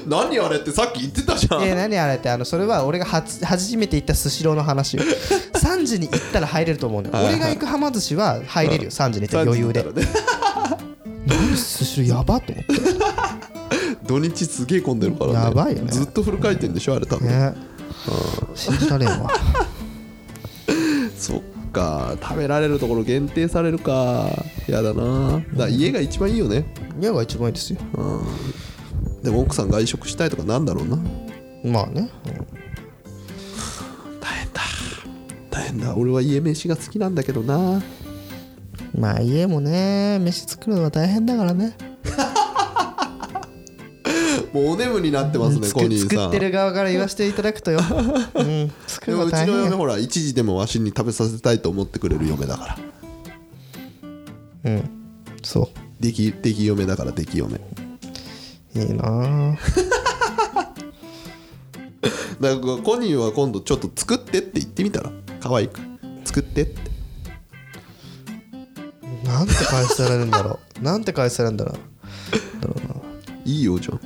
Speaker 2: 何あれってさっき言ってたじゃん、
Speaker 1: えー何あれってあのそれは俺が初初めて行ったスシローの話 よ3時に行ったら入れると思うのよ俺が行くはま寿司は入れるよ3時に行ったら余裕で
Speaker 2: 3時だったらね
Speaker 1: 何スシローやばと思って
Speaker 2: 土日すげえ混んでるからね
Speaker 1: やばいよね
Speaker 2: ずっとフル回転でしょあれ多分、
Speaker 1: ね信じられん わ
Speaker 2: そっか食べられるところ限定されるかやだなだから家が一番いいよね
Speaker 1: 家が一番いいですよ
Speaker 2: でも奥さん外食したいとかなんだろうな
Speaker 1: まあね
Speaker 2: 大変だ大変だ俺は家飯が好きなんだけどな
Speaker 1: まあ家もね飯作るのは大変だからね
Speaker 2: もうお眠になってますね
Speaker 1: つ
Speaker 2: コ
Speaker 1: く
Speaker 2: ニー
Speaker 1: 作
Speaker 2: さ
Speaker 1: っ
Speaker 2: ん
Speaker 1: てる側から言わせていただく とよ、うん、作
Speaker 2: で
Speaker 1: るの
Speaker 2: も
Speaker 1: は
Speaker 2: うち
Speaker 1: 大
Speaker 2: の
Speaker 1: 変
Speaker 2: 嫁
Speaker 1: よ
Speaker 2: ほら一時でもわしに食べさせたいと思ってくれる嫁だから
Speaker 1: うんそ
Speaker 2: できでき嫁だからでき嫁だか
Speaker 1: ういいなあ
Speaker 2: らコニーは今度ちょっと作ってって言ってみたら可愛く作ってって
Speaker 1: なんて返せられるんだろうなんて返せられるんだろうだろうない
Speaker 2: いよじゃん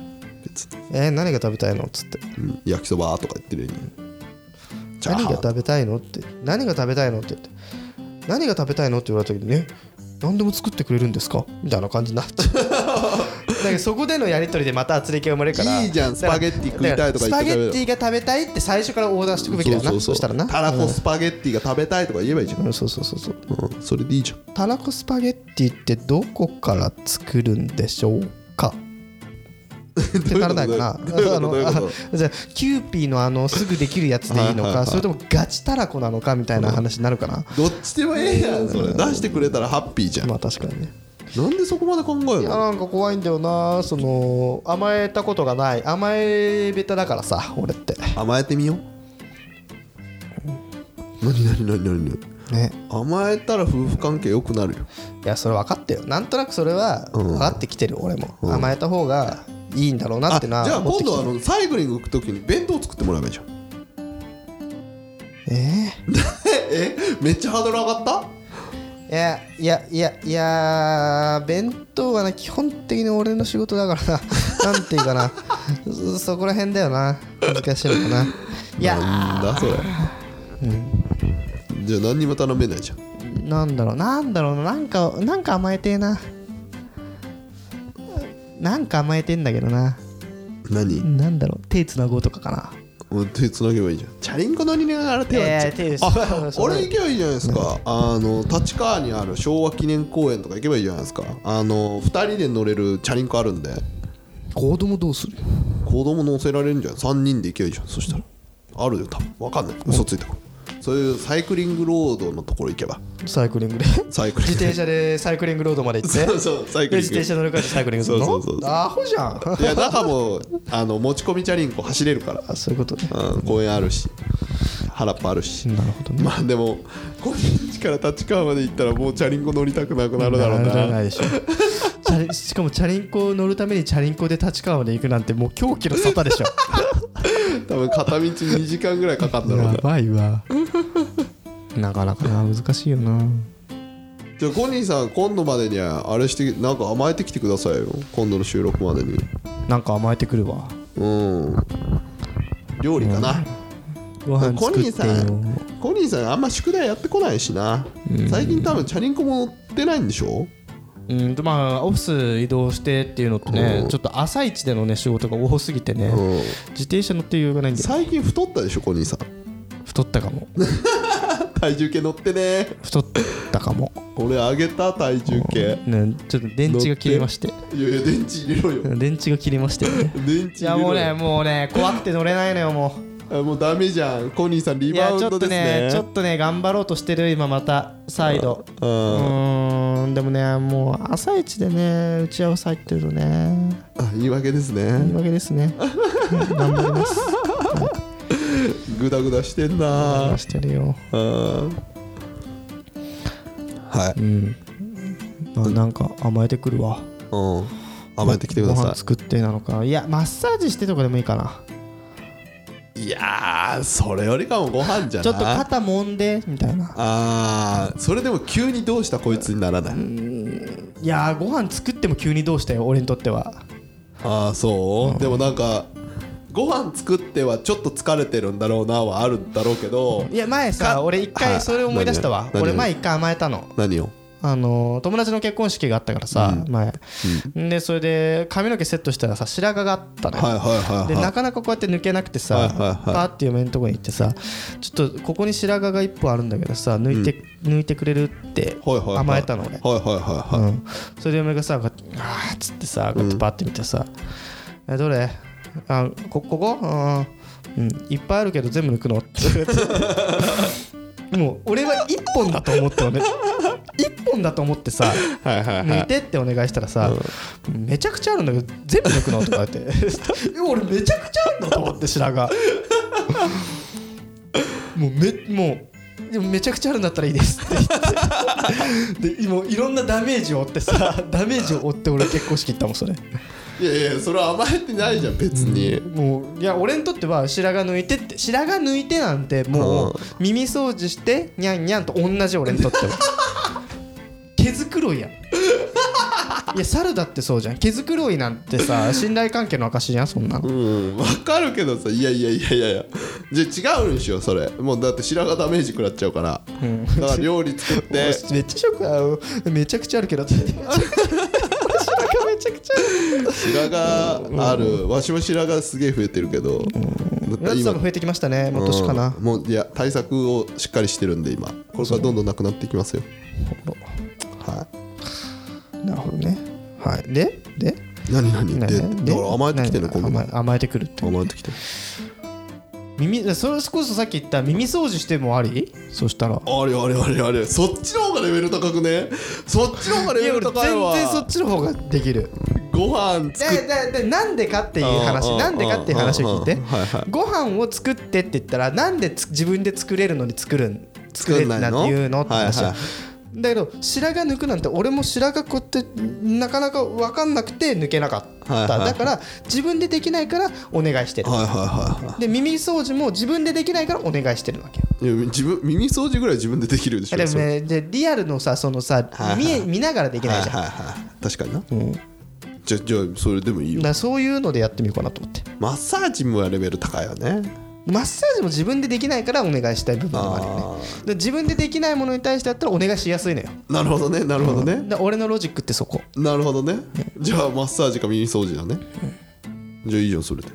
Speaker 2: 別に、
Speaker 1: えー何が食べたいのっつって
Speaker 2: うん焼きそばとか言ってるようにチャー
Speaker 1: 何
Speaker 2: ハ
Speaker 1: が
Speaker 2: ン
Speaker 1: 食べたいのって何が食べたいのって言って何が食べたいのって言われた時にね何でも作ってくれるんですかみたいな感じにな っちゃうだからそこでのやり取りでまた圧力が生まれるから
Speaker 2: いいじゃん
Speaker 1: だから
Speaker 2: スパゲッティ食いたいとか言っちゃ
Speaker 1: だらス
Speaker 2: ダメだよ
Speaker 1: パゲッティが食べたいって最初からオーダーしておくべきだよな
Speaker 2: そ
Speaker 1: そう
Speaker 2: そうそう
Speaker 1: したらな
Speaker 2: たらこスパゲッティが食べたいとか言えばいいじゃん、
Speaker 1: うんそうそうそうそう
Speaker 2: うんそれでいいじゃん
Speaker 1: たらこスパゲッティってどこから作るんでしょう かってならないかな
Speaker 2: どういうこと
Speaker 1: あの
Speaker 2: どういうことどういうこ
Speaker 1: あじゃあキユーピーのあのすぐできるやつでいいの
Speaker 2: はいはいは
Speaker 1: か
Speaker 2: い
Speaker 1: それともガチたらこなのかみたいな話になるかな
Speaker 2: どっちでもええやんそれ出してくれたらハッピーじゃん
Speaker 1: まあ確かにね
Speaker 2: なんでそこまで考える
Speaker 1: いや
Speaker 2: の
Speaker 1: なんか怖いんだよなその甘えたことがない甘えベタだからさ俺って
Speaker 2: 甘えてみよう何何何何何
Speaker 1: ね
Speaker 2: 甘えたら夫婦関係良くなるよ
Speaker 1: いやそれ分かってよなんとなくそれは分かってきてる俺も甘えた方がいいんだろうな
Speaker 2: あ
Speaker 1: って
Speaker 2: じ
Speaker 1: な
Speaker 2: ゃあ
Speaker 1: 思っ
Speaker 2: 今
Speaker 1: てき
Speaker 2: 度
Speaker 1: て
Speaker 2: あ
Speaker 1: る
Speaker 2: のサイクリング行く時に弁当作ってもらえばいいじゃん
Speaker 1: え
Speaker 2: えめっちゃハードル上がった
Speaker 1: ー、いやいやいやいや弁当はな基本的に俺の仕事だからな なんていうかなそそこら辺だよな難しいのかないや
Speaker 2: なんだそれ、じゃあ何にも頼めないじゃん
Speaker 1: なんだろうなんだろうななんかなんか甘えてえななんか甘えてんだけどな
Speaker 2: 何、
Speaker 1: なんだろう手つなごうとかかな
Speaker 2: うん手つなげばいいじゃんチャリンコ乗りながら手は、
Speaker 1: えー手です
Speaker 2: あ
Speaker 1: そう
Speaker 2: 俺行けばいいじゃないですかあの立川にある昭和記念公園とか行けばいいじゃないですかあの2人で乗れるチャリンコあるんで
Speaker 1: 子供どうする
Speaker 2: 子供乗せられるんじゃん3人で行けばいいじゃんそしたらあるよ多分分かんない嘘ついたからそういうサイクリングロードのところ行けば
Speaker 1: サイクリングで
Speaker 2: サイクリング
Speaker 1: 自転車でサイクリングロードまで行って
Speaker 2: そう そうサイク
Speaker 1: で自
Speaker 2: リング
Speaker 1: 転車乗り換えてサイクリングするの
Speaker 2: そうそうそうそう
Speaker 1: アホじゃ ん
Speaker 2: いや中もあの持ち込みチャリンコ走れるから
Speaker 1: あそういうことね
Speaker 2: うん、公園あるし原っぱあるし
Speaker 1: なるほどね
Speaker 2: まあでもこのちから立川まで行ったらもうチャリンコ乗りたくなくなるだろう
Speaker 1: な
Speaker 2: な
Speaker 1: らないでしょチャリしかもチャリンコ乗るためにチャリンコで立川まで行くなんてもう狂気の沙汰でしょ
Speaker 2: 多分片道2時間ぐらいかかったろうな
Speaker 1: やばいわ なかなかな難しいよな
Speaker 2: じゃあコニーさん今度までにはあれしてなんか甘えてきてくださいよ今度の収録までに
Speaker 1: なんか甘えてくるわ
Speaker 2: うん料理かな、
Speaker 1: ご飯
Speaker 2: コ
Speaker 1: 作
Speaker 2: ニー
Speaker 1: っ
Speaker 2: さ
Speaker 1: てよ
Speaker 2: んコニーさんあんま宿題やってこないしな最近多分チャリンコも乗ってないんでしょ
Speaker 1: うんとまあオフィス移動してっていうのってねちょっと朝一でのね仕事が多すぎてね
Speaker 2: うん
Speaker 1: 自転車乗って余裕がないんで
Speaker 2: 最近太ったでしょコニーさん
Speaker 1: 太ったかも
Speaker 2: 体重計乗ってね
Speaker 1: 太ったかも
Speaker 2: これ上げた体重計
Speaker 1: ねちょっと電池が切れまして
Speaker 2: いやいや電池入れろよ
Speaker 1: 電池が切れまして ね
Speaker 2: 電
Speaker 1: い
Speaker 2: 池
Speaker 1: や
Speaker 2: 入れ
Speaker 1: もう
Speaker 2: ろ
Speaker 1: ね
Speaker 2: よ
Speaker 1: もうね怖くて乗れないのよも
Speaker 2: あもうダメじゃんコニーさん
Speaker 1: う
Speaker 2: リ
Speaker 1: い
Speaker 2: バ
Speaker 1: や
Speaker 2: ウ
Speaker 1: ちょ
Speaker 2: ン
Speaker 1: っ
Speaker 2: ド
Speaker 1: と
Speaker 2: ですね
Speaker 1: ねちょっとね頑張ろうとしてる今また再度うーんでもねもう朝一でね打ち合わせ入ってるとね
Speaker 2: あ言い訳です
Speaker 1: いい
Speaker 2: ね
Speaker 1: わけですね 頑張ります
Speaker 2: グダグダしてんなあ
Speaker 1: してるよ
Speaker 2: ーはい
Speaker 1: うんあなんか甘えてくるわ
Speaker 2: うん甘えてきてくだ
Speaker 1: ご
Speaker 2: さ
Speaker 1: 飯作ってなのかいやマッサージしてとかでもいいかない
Speaker 2: いやーそれよりかもご飯じゃ
Speaker 1: ち
Speaker 2: ない
Speaker 1: ょっと肩もんでみたいな
Speaker 2: あーそれでも急にどうしたこいつにならない
Speaker 1: いやーご飯作っても急にどうしたよ俺にとっては
Speaker 2: ああそうでもなんかご飯作ってはちょっと疲れてるんだろうなはあるんだろうけど
Speaker 1: いや前
Speaker 2: か
Speaker 1: さ俺一
Speaker 2: は
Speaker 1: 回
Speaker 2: い
Speaker 1: それ思い出したわ
Speaker 2: 何
Speaker 1: 俺前一回甘えたの
Speaker 2: 何を
Speaker 1: あのー友達の結婚式があったからさ前でそれで髪の毛セットしたらさ白髪があったの
Speaker 2: はい
Speaker 1: よ
Speaker 2: はいはい
Speaker 1: で
Speaker 2: は
Speaker 1: ないかなかこうやって抜けなくて
Speaker 2: はい
Speaker 1: さ
Speaker 2: はいはい
Speaker 1: パーって嫁のとこに行ってさちょっとここに白髪が一本あるんだけどさ抜いて抜いてくれるって
Speaker 2: はいはいはい
Speaker 1: 甘えたの俺
Speaker 2: はいはいはいは
Speaker 1: う
Speaker 2: い
Speaker 1: ん、それで嫁がさこうやってあーっつってさこうやってパッて見てさ「えどれあこここうん、うん、いっぱいあるけど全部抜くの?」 ってもう俺は1本だと思ったのね1本だと思ってさ
Speaker 2: はいはいはい
Speaker 1: 抜いてってお願いしたらさ、めちゃくちゃあるんだけど全部抜くのと か言ってえ俺めちゃくちゃあるのと思って白髪もうめもうでもめちゃくちゃあるんだったらいいですって言ってでもういろんなダメージを負ってさダメージを負って俺結婚式行ったもんそれ
Speaker 2: いやいやそれは甘えてないじゃん別に、
Speaker 1: もういや俺にとっては白髪抜いてって白髪抜いてなんてもう耳掃除してニャンニャンと同じ俺にとっては毛づくろいやんいや猿だってそうじゃん毛づくろいなんてさ信頼関係の証じゃんそんなの
Speaker 2: うんわかるけどさいやいやいやいやいやじゃあ違うんしようそれもうだって白髪ダメージ食らっちゃうから、
Speaker 1: ん
Speaker 2: だから料理作っ
Speaker 1: め
Speaker 2: て
Speaker 1: っちゃショックだよめちゃくちゃあるけど白髪めちゃくちゃある
Speaker 2: 白髪あるわしも白髪すげえ増えてるけど、だって
Speaker 1: 夏さ
Speaker 2: 今
Speaker 1: んも増えてきましたねもう年かな
Speaker 2: うんもういや対策をしっかりしてるんで今これからどんどんなくなっていきますよは
Speaker 1: なるほどねはいでで
Speaker 2: い何何
Speaker 1: ね
Speaker 2: で
Speaker 1: で
Speaker 2: だから甘えてきてるの今
Speaker 1: 何
Speaker 2: 度
Speaker 1: 甘え甘えてくるって
Speaker 2: 甘えてきて
Speaker 1: 耳それこそさっき言った耳掃除してもありそしたら
Speaker 2: あれあれあれあれそっちの方がレベル高くねそっちの方がレベル高いわ
Speaker 1: 全然そっちの方ができる
Speaker 2: ご飯作っ
Speaker 1: でででなんでかっていう
Speaker 2: うん
Speaker 1: 話
Speaker 2: うん
Speaker 1: なんでかっていう話を聞いて
Speaker 2: うんうんはいはい
Speaker 1: ご飯を作ってって言ったらなんでつ自分で作れるのに作るん作れるなっていうのって話
Speaker 2: 作んないのはいは
Speaker 1: だけど白髪抜くなんて俺も白髪こうやってなかなか分かんなくて抜けなかった、
Speaker 2: はいはいはい
Speaker 1: だから自分でできないからお願いしてる、
Speaker 2: はいはいはいは
Speaker 1: で耳掃除も自分でできないからお願いしてるわけよ
Speaker 2: いいや自分耳掃除ぐらい自分でできるでしょ
Speaker 1: でも
Speaker 2: それ
Speaker 1: ねでリアルのさそのさ、
Speaker 2: はいはい
Speaker 1: 見え見ながらでき
Speaker 2: は
Speaker 1: ないいじゃん、
Speaker 2: はいはい確かにな
Speaker 1: うん
Speaker 2: じゃじゃあそれでもいい
Speaker 1: だ
Speaker 2: よ
Speaker 1: からそういうのでやってみようかなと思って
Speaker 2: マッサージもレベル高いよね
Speaker 1: マッサージも自分でできないからお願いしたい部分もあるよねで自分でできないものに対してだったらお願いしやすいのよ
Speaker 2: なるほどねなるほどね
Speaker 1: だから俺のロジックってそこ
Speaker 2: なるほどねじゃあマッサージか耳掃除だねじゃあいいじゃんそれで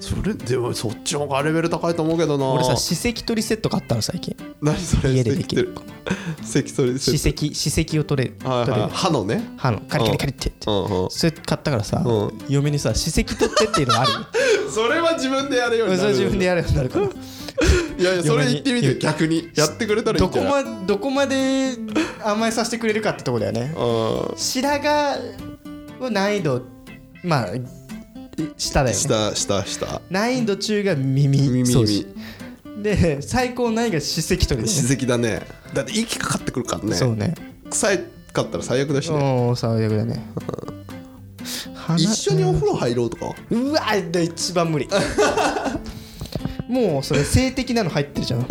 Speaker 2: それでもそっちの方がレベル高いと思うけどな
Speaker 1: 俺さ歯石取りセット買ったの最近
Speaker 2: 何それ
Speaker 1: 家でできる
Speaker 2: 咳取り
Speaker 1: 歯石歯石を取れる
Speaker 2: はい
Speaker 1: 取れ
Speaker 2: はい
Speaker 1: る
Speaker 2: 歯のね
Speaker 1: 歯のカリカリカリってやって
Speaker 2: うんうん
Speaker 1: それ買ったからさ
Speaker 2: うん
Speaker 1: 嫁にさ歯石取ってっていうのがある よ
Speaker 2: それは自分でやるよう
Speaker 1: 俺
Speaker 2: に
Speaker 1: そ
Speaker 2: な
Speaker 1: れ
Speaker 2: る
Speaker 1: 自分でやるようになるから
Speaker 2: いやいやそれ言ってみ
Speaker 1: 嫁
Speaker 2: て
Speaker 1: に
Speaker 2: 逆にやってくれたらい
Speaker 1: ど
Speaker 2: いんじ
Speaker 1: こ
Speaker 2: ゃない
Speaker 1: まどこまで甘えさせてくれるかってとこだよね
Speaker 2: こ
Speaker 1: 白髪は難易度まあ下だよね
Speaker 2: 下下下
Speaker 1: 難易度中が耳
Speaker 2: 耳
Speaker 1: 掃除
Speaker 2: 耳
Speaker 1: で最高難易度が歯石取りね
Speaker 2: 歯石だねだって息かかってくるから
Speaker 1: そう
Speaker 2: ね
Speaker 1: ね
Speaker 2: 臭いかったら最悪だしね
Speaker 1: おお最悪だね鼻
Speaker 2: 一緒にお風呂入ろうとか
Speaker 1: うわで一番 無理もうそれ性的なの入ってるじゃん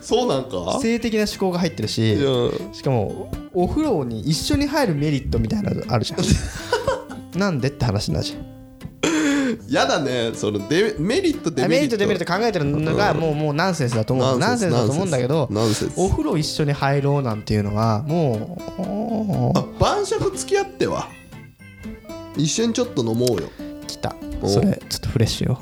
Speaker 2: そうなんか
Speaker 1: 性的な思考が入ってるし
Speaker 2: うん
Speaker 1: しかもお風呂に一緒に入るメリットみたいなのあるじゃん なんでって話になるじゃん
Speaker 2: やだねそのデメリットデ
Speaker 1: メ
Speaker 2: メ
Speaker 1: リッ
Speaker 2: リッ
Speaker 1: ト
Speaker 2: ト
Speaker 1: デメリット考えてるのがもうもうナンセンスだと思うナ
Speaker 2: ナ
Speaker 1: ン
Speaker 2: ン
Speaker 1: セ
Speaker 2: セ
Speaker 1: ン
Speaker 2: ンス
Speaker 1: スだと思うんだけど
Speaker 2: ナンセンス
Speaker 1: お風呂一緒に入ろうなんていうのはもう
Speaker 2: あ晩酌付き合っては一緒にちょっと飲もうよ
Speaker 1: 来た
Speaker 2: お
Speaker 1: それちょっとフレッシュよ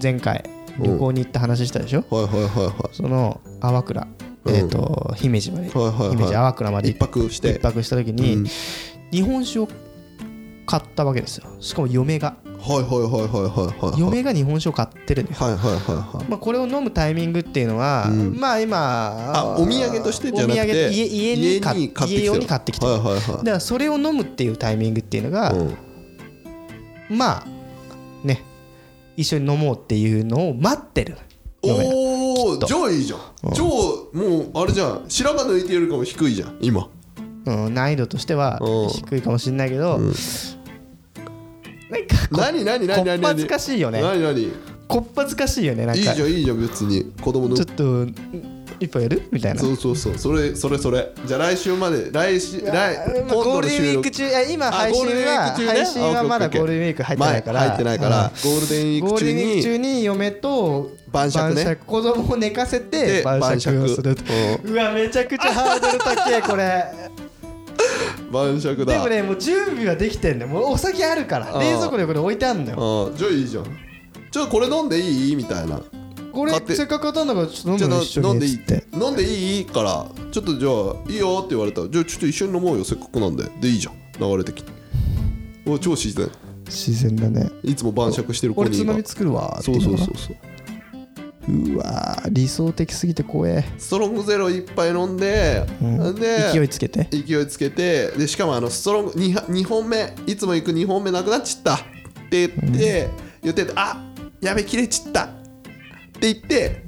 Speaker 1: 前回旅行に行った話したでしょ
Speaker 2: はいはいはいは
Speaker 1: その淡倉
Speaker 2: うん
Speaker 1: えっと姫路まで
Speaker 2: いはいはいはい
Speaker 1: 姫路淡倉まで
Speaker 2: 一泊して
Speaker 1: 一泊した時
Speaker 2: う
Speaker 1: に
Speaker 2: ん
Speaker 1: 日本酒を買ったわけですよしかも嫁が
Speaker 2: はいはいはいはいはいはい
Speaker 1: 嫁が日本酒を買ってるのよ
Speaker 2: はいはいはいはい
Speaker 1: まあこれを飲むタイミングっていうのは
Speaker 2: うん
Speaker 1: まあ今
Speaker 2: あお土産としてじゃなく
Speaker 1: お土産
Speaker 2: て
Speaker 1: 家家に買っ
Speaker 2: き
Speaker 1: 家
Speaker 2: て
Speaker 1: 用に買ってきて
Speaker 2: はい
Speaker 1: る
Speaker 2: はい
Speaker 1: だ
Speaker 2: は
Speaker 1: からそれを飲むっていうタイミングっていうのが
Speaker 2: いうん
Speaker 1: まあね一緒に飲もうっていうのを待ってる嫁が
Speaker 2: おおじゃあいいじゃんじゃあもうあれじゃん白髪抜いてよりかも低いじゃん今
Speaker 1: うん、難易度としては
Speaker 2: うん
Speaker 1: 低いかもしれないけど、なんかこ
Speaker 2: 何何何何
Speaker 1: こっぱずかしいよね
Speaker 2: 何何いい
Speaker 1: こっぱずかしいよねなん
Speaker 2: じ
Speaker 1: か
Speaker 2: ゃんいいじゃん別に子供の
Speaker 1: ちょっとん一杯やるみたいな
Speaker 2: そうそうそうそれそれそれじゃあ来週まで来週来
Speaker 1: まあゴールデンウィーク
Speaker 2: 中
Speaker 1: 中いや今
Speaker 2: あ
Speaker 1: 配信
Speaker 2: ゴールデンウィー
Speaker 1: は、
Speaker 2: ク中ね
Speaker 1: 配信
Speaker 2: あ
Speaker 1: は
Speaker 2: OK
Speaker 1: まだ
Speaker 2: OK
Speaker 1: ゴールデンウィーク入ってないから
Speaker 2: 入ってないからゴールデンウィー
Speaker 1: ゴー
Speaker 2: ク
Speaker 1: ル
Speaker 2: 中
Speaker 1: デンウィーク中
Speaker 2: に
Speaker 1: に嫁と
Speaker 2: 晩酌ね
Speaker 1: 子供を寝かせて
Speaker 2: で
Speaker 1: 晩酌をする
Speaker 2: 晩酌
Speaker 1: うわめちゃくちゃハードル高えこ れ
Speaker 2: 晩酌
Speaker 1: で
Speaker 2: だ
Speaker 1: もねもう準備はできてんねもうお酒あるから
Speaker 2: うん
Speaker 1: 冷蔵庫にこれ置いてあんのよ
Speaker 2: あじゃあいいじゃんじゃあこれ飲んでいいみたいな
Speaker 1: これ
Speaker 2: 買って
Speaker 1: せっかく買ったんだからちょっと
Speaker 2: じゃ
Speaker 1: 飲む
Speaker 2: あ
Speaker 1: よ一緒
Speaker 2: 飲ん
Speaker 1: に
Speaker 2: で
Speaker 1: っ
Speaker 2: い
Speaker 1: つ
Speaker 2: い
Speaker 1: って
Speaker 2: 飲んでいいからちょっとじゃあいいよって言われたらじゃあちょっと一緒に飲もうよせっかくなんででいいじゃん流れてきてお超自然
Speaker 1: 自然だね
Speaker 2: いつも晩酌してる子
Speaker 1: 俺
Speaker 2: に
Speaker 1: つま
Speaker 2: 今
Speaker 1: み作るわ
Speaker 2: そうそうそ
Speaker 1: う
Speaker 2: うそう
Speaker 1: うわー理想的すぎて怖え、
Speaker 2: ストロングゼロ一杯飲んで、
Speaker 1: うん
Speaker 2: で
Speaker 1: 勢いつけて
Speaker 2: 勢いつけてでしかもあのストロング 2, 本目いつも行く2本目なくなっちったって言って、言っててあやべ切れちったって言って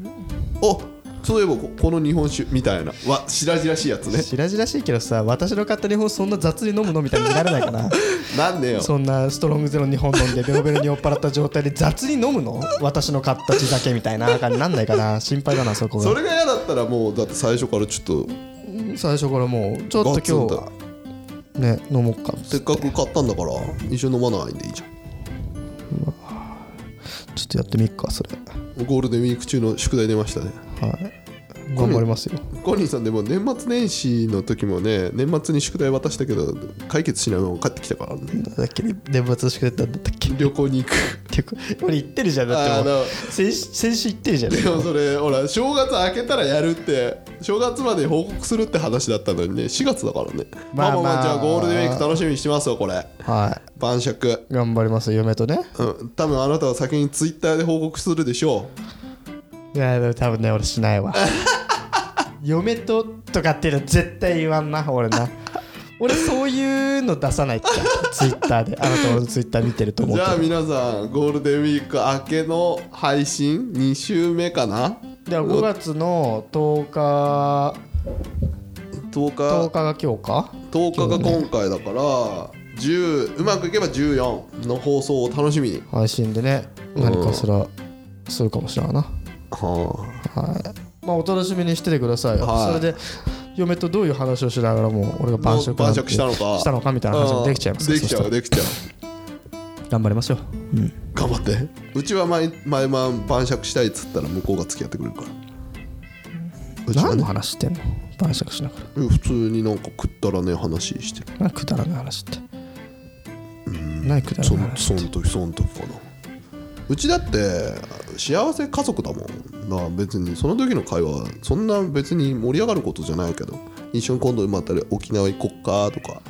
Speaker 2: おそういえばここの日本酒みたいなわ白々しいやつね
Speaker 1: 白々しいけどさ私の買った日本そんな雑に飲むのみたいにならないか な
Speaker 2: な んでよ
Speaker 1: そんなストロングゼロ日本飲んでベロベロに酔っ払った状態で雑に飲むの私の買った地酒みたいな感じになんないかな心配だなそこが
Speaker 2: それが嫌だったらもうだって最初からちょっ
Speaker 1: 最初からもうちょっ
Speaker 2: と
Speaker 1: と
Speaker 2: ガツン
Speaker 1: 今
Speaker 2: だ
Speaker 1: 日ね飲もうか
Speaker 2: せっかく買ったんだから一緒に飲まないんでいいじゃ
Speaker 1: ちょっとやってみっかそれ
Speaker 2: んゴールデンウィーク中の宿題出ましたね
Speaker 1: はい頑張りますよ
Speaker 2: コニーさんでも年末年始の時もね年末に宿題渡したけど解決しないまま帰ってきたからね
Speaker 1: なんだっけ年末の宿題ってなんだったっけ
Speaker 2: 旅行に行く
Speaker 1: 結構俺言ってるじゃんだってもう
Speaker 2: あ
Speaker 1: 先先週言ってるじゃん
Speaker 2: でもそれほら正月明けたらやるって正月まで報告するって話だったのにね4月だからね
Speaker 1: ま
Speaker 2: ま
Speaker 1: あ
Speaker 2: あ
Speaker 1: ま
Speaker 2: ま
Speaker 1: あ
Speaker 2: あまあじゃあゴールデンウィーク楽しみにしてますよこれ
Speaker 1: は
Speaker 2: 晩酌
Speaker 1: い頑張ります嫁とね
Speaker 2: うん多分あなたは先にツイッターで報告するでしょ
Speaker 1: いやでも多分ね俺し ないわ嫁ととかっていうのは絶対言わんな俺な俺そういうの出さないからツイッターであなた俺のツイッター見てると
Speaker 2: う
Speaker 1: 思う
Speaker 2: じ
Speaker 1: けど
Speaker 2: ゃあ皆さんゴールデンウィーク明けの配信2週目かな
Speaker 1: では5月の10日
Speaker 2: 10
Speaker 1: 10日が
Speaker 2: 日
Speaker 1: 今日か
Speaker 2: 10日が今回だから10うまくいけば14の放送を楽しみに
Speaker 1: 配信でね
Speaker 2: うん
Speaker 1: 何かしらするかもしれないなはいまあお楽しみにしててくださいよ、
Speaker 2: はい
Speaker 1: それで嫁とどういう話をしながらも俺が晩酌なんて
Speaker 2: もう晩酌したのか
Speaker 1: したのかみたいな話もできちゃいます
Speaker 2: できちゃ
Speaker 1: そうした
Speaker 2: できちゃう
Speaker 1: ら頑張りましょう、うん、
Speaker 2: 頑張ってうちは毎毎晩晩酌したいっつったら向こうが付き合ってくれるからうちは
Speaker 1: 何の
Speaker 2: ね
Speaker 1: 話してんの晩酌しながら
Speaker 2: 普通になんかくったらねえ話してる
Speaker 1: 何くだらない話って何くだら
Speaker 2: そ
Speaker 1: ない
Speaker 2: ん
Speaker 1: 話
Speaker 2: そ
Speaker 1: って
Speaker 2: ん時そん時かなうちだって幸せ家族だもんだから別にその時の会話はそんな別に盛り上がることじゃないけど一緒に今度また沖縄行こっかとか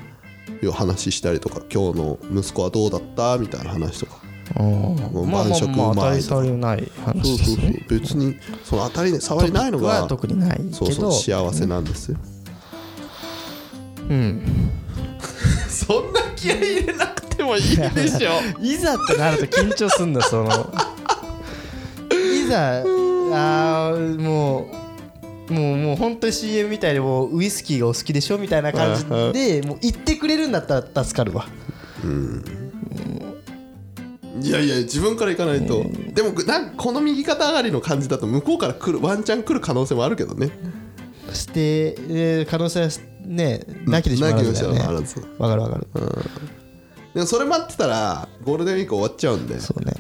Speaker 2: いう話したりとか今日の息子はどうだったみたいな話とか
Speaker 1: うんまあまあまあ
Speaker 2: 晩酌うまいとか
Speaker 1: 大差のない
Speaker 2: そ
Speaker 1: 話
Speaker 2: う
Speaker 1: で
Speaker 2: そう
Speaker 1: す
Speaker 2: そう
Speaker 1: ね
Speaker 2: 別にその当たりね触りないのが
Speaker 1: トピックは特にないけど
Speaker 2: そうそう幸せなんですよ
Speaker 1: うん
Speaker 2: そんな気合い入れなくてもいいでしょ
Speaker 1: いざってなると緊張すんだそのいざあーもうもうもう本当に CM みたいでもうウイスキーがお好きでしょみたいな感じでもう言ってくれるんだったら助かるわ
Speaker 2: いやいや自分から行かないと、でもなんかこの右肩上がりの感じだと向こうから来るワンチャン来る可能性もあるけどね
Speaker 1: して、えー可能性はねなきでしもあ
Speaker 2: な
Speaker 1: ら
Speaker 2: き
Speaker 1: ず
Speaker 2: で
Speaker 1: だ
Speaker 2: し
Speaker 1: よ
Speaker 2: も
Speaker 1: ね
Speaker 2: あらず
Speaker 1: わかるわかる
Speaker 2: でもそれ待ってたらゴールデンウィーク終わっちゃうんで
Speaker 1: そうね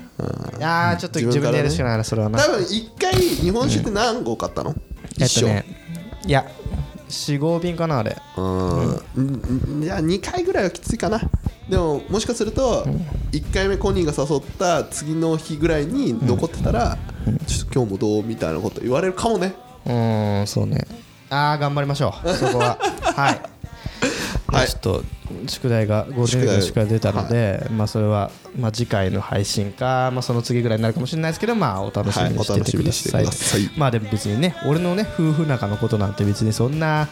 Speaker 1: ああちょっと自分でやるしかないなそれは
Speaker 2: 多
Speaker 1: な
Speaker 2: 分一回日本酒って何合買ったの、
Speaker 1: えっ
Speaker 2: 一
Speaker 1: と
Speaker 2: 緒、
Speaker 1: ねいや45瓶かなあれ
Speaker 2: うんいや2回ぐらいはきついかなでももしかすると1回目コニーが誘った次の日ぐらいに残ってたら「ちょっと今日もどう?」みたいなこと言われるかもね
Speaker 1: うーんそうねああ頑張りましょうそこ ははい、
Speaker 2: はい
Speaker 1: ちょっと宿題がゴールデンウィークの宿題が出たので、まあそれは、まあ、次回の配信か、まあ、その次ぐらいになるかもしれないですけどまあお楽しみに
Speaker 2: はい
Speaker 1: しててください,、
Speaker 2: お楽しみにしてください
Speaker 1: まあでも別にね俺のね夫婦仲のことなんて別にそんな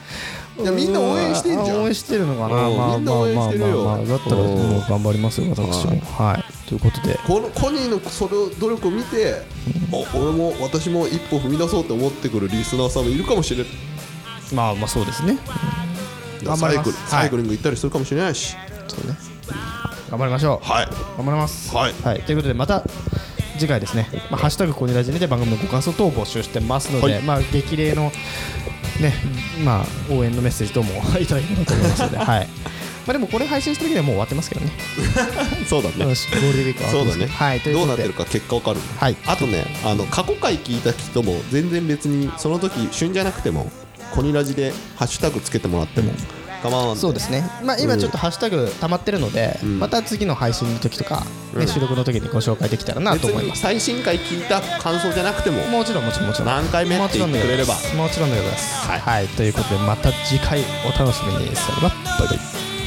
Speaker 1: い
Speaker 2: やみんな応援してんじゃん
Speaker 1: うあ応援してるのかな、
Speaker 2: うん
Speaker 1: まあ
Speaker 2: みんな
Speaker 1: まあ
Speaker 2: 応援
Speaker 1: ま
Speaker 2: し
Speaker 1: あ
Speaker 2: てるよ
Speaker 1: まあまあだったらもう頑張りますよ私もはいということで
Speaker 2: このコニーのそれを努力を見てお俺も私も一歩踏み出そうって思ってくるリスナーさんもいるかもしれない
Speaker 1: まあまあそうですね頑張
Speaker 2: サ
Speaker 1: り
Speaker 2: イ
Speaker 1: ま
Speaker 2: ク
Speaker 1: す
Speaker 2: ルサイクリング行ったりするかもしれないし
Speaker 1: そうね頑張りましょう
Speaker 2: はい
Speaker 1: 頑張ります
Speaker 2: はい
Speaker 1: ということでまた次回ですね「まあ、ハッシュタグコニラジ」にて番組のご感想等を募集してますので、
Speaker 2: はい
Speaker 1: まあ、激励の、ねまあ、応援のメッセージ等も いただければと思いますので、はいまあ、でもこれ配信した時にはもう終わってますけどね
Speaker 2: そうだ
Speaker 1: ゴ
Speaker 2: ね
Speaker 1: ールデンウィークは終
Speaker 2: そ
Speaker 1: わ
Speaker 2: う
Speaker 1: ってま
Speaker 2: だ
Speaker 1: す
Speaker 2: ね、
Speaker 1: はい、という
Speaker 2: ど
Speaker 1: こ
Speaker 2: うな
Speaker 1: と
Speaker 2: っ
Speaker 1: で
Speaker 2: てるか結果わかるね、
Speaker 1: はい
Speaker 2: あとねあの過去回聞いた人も全然別にその時旬じゃなくてもコニラジでハッシュタグつけてもらっても構わん
Speaker 1: そうですね、まあ、今ちょっとハッシュタグ溜まってるので、また次の配信の時とか、ね収録の時にご紹介できたらな
Speaker 2: 別
Speaker 1: と思いま
Speaker 2: に
Speaker 1: す
Speaker 2: 最新回聞いた感想じゃなくても
Speaker 1: もちろんもちろんもちろん
Speaker 2: 何回目って言ってくれれば
Speaker 1: もちろんでございますもちろんでございますはい、ということでまた次回お楽しみにそれではバイバイ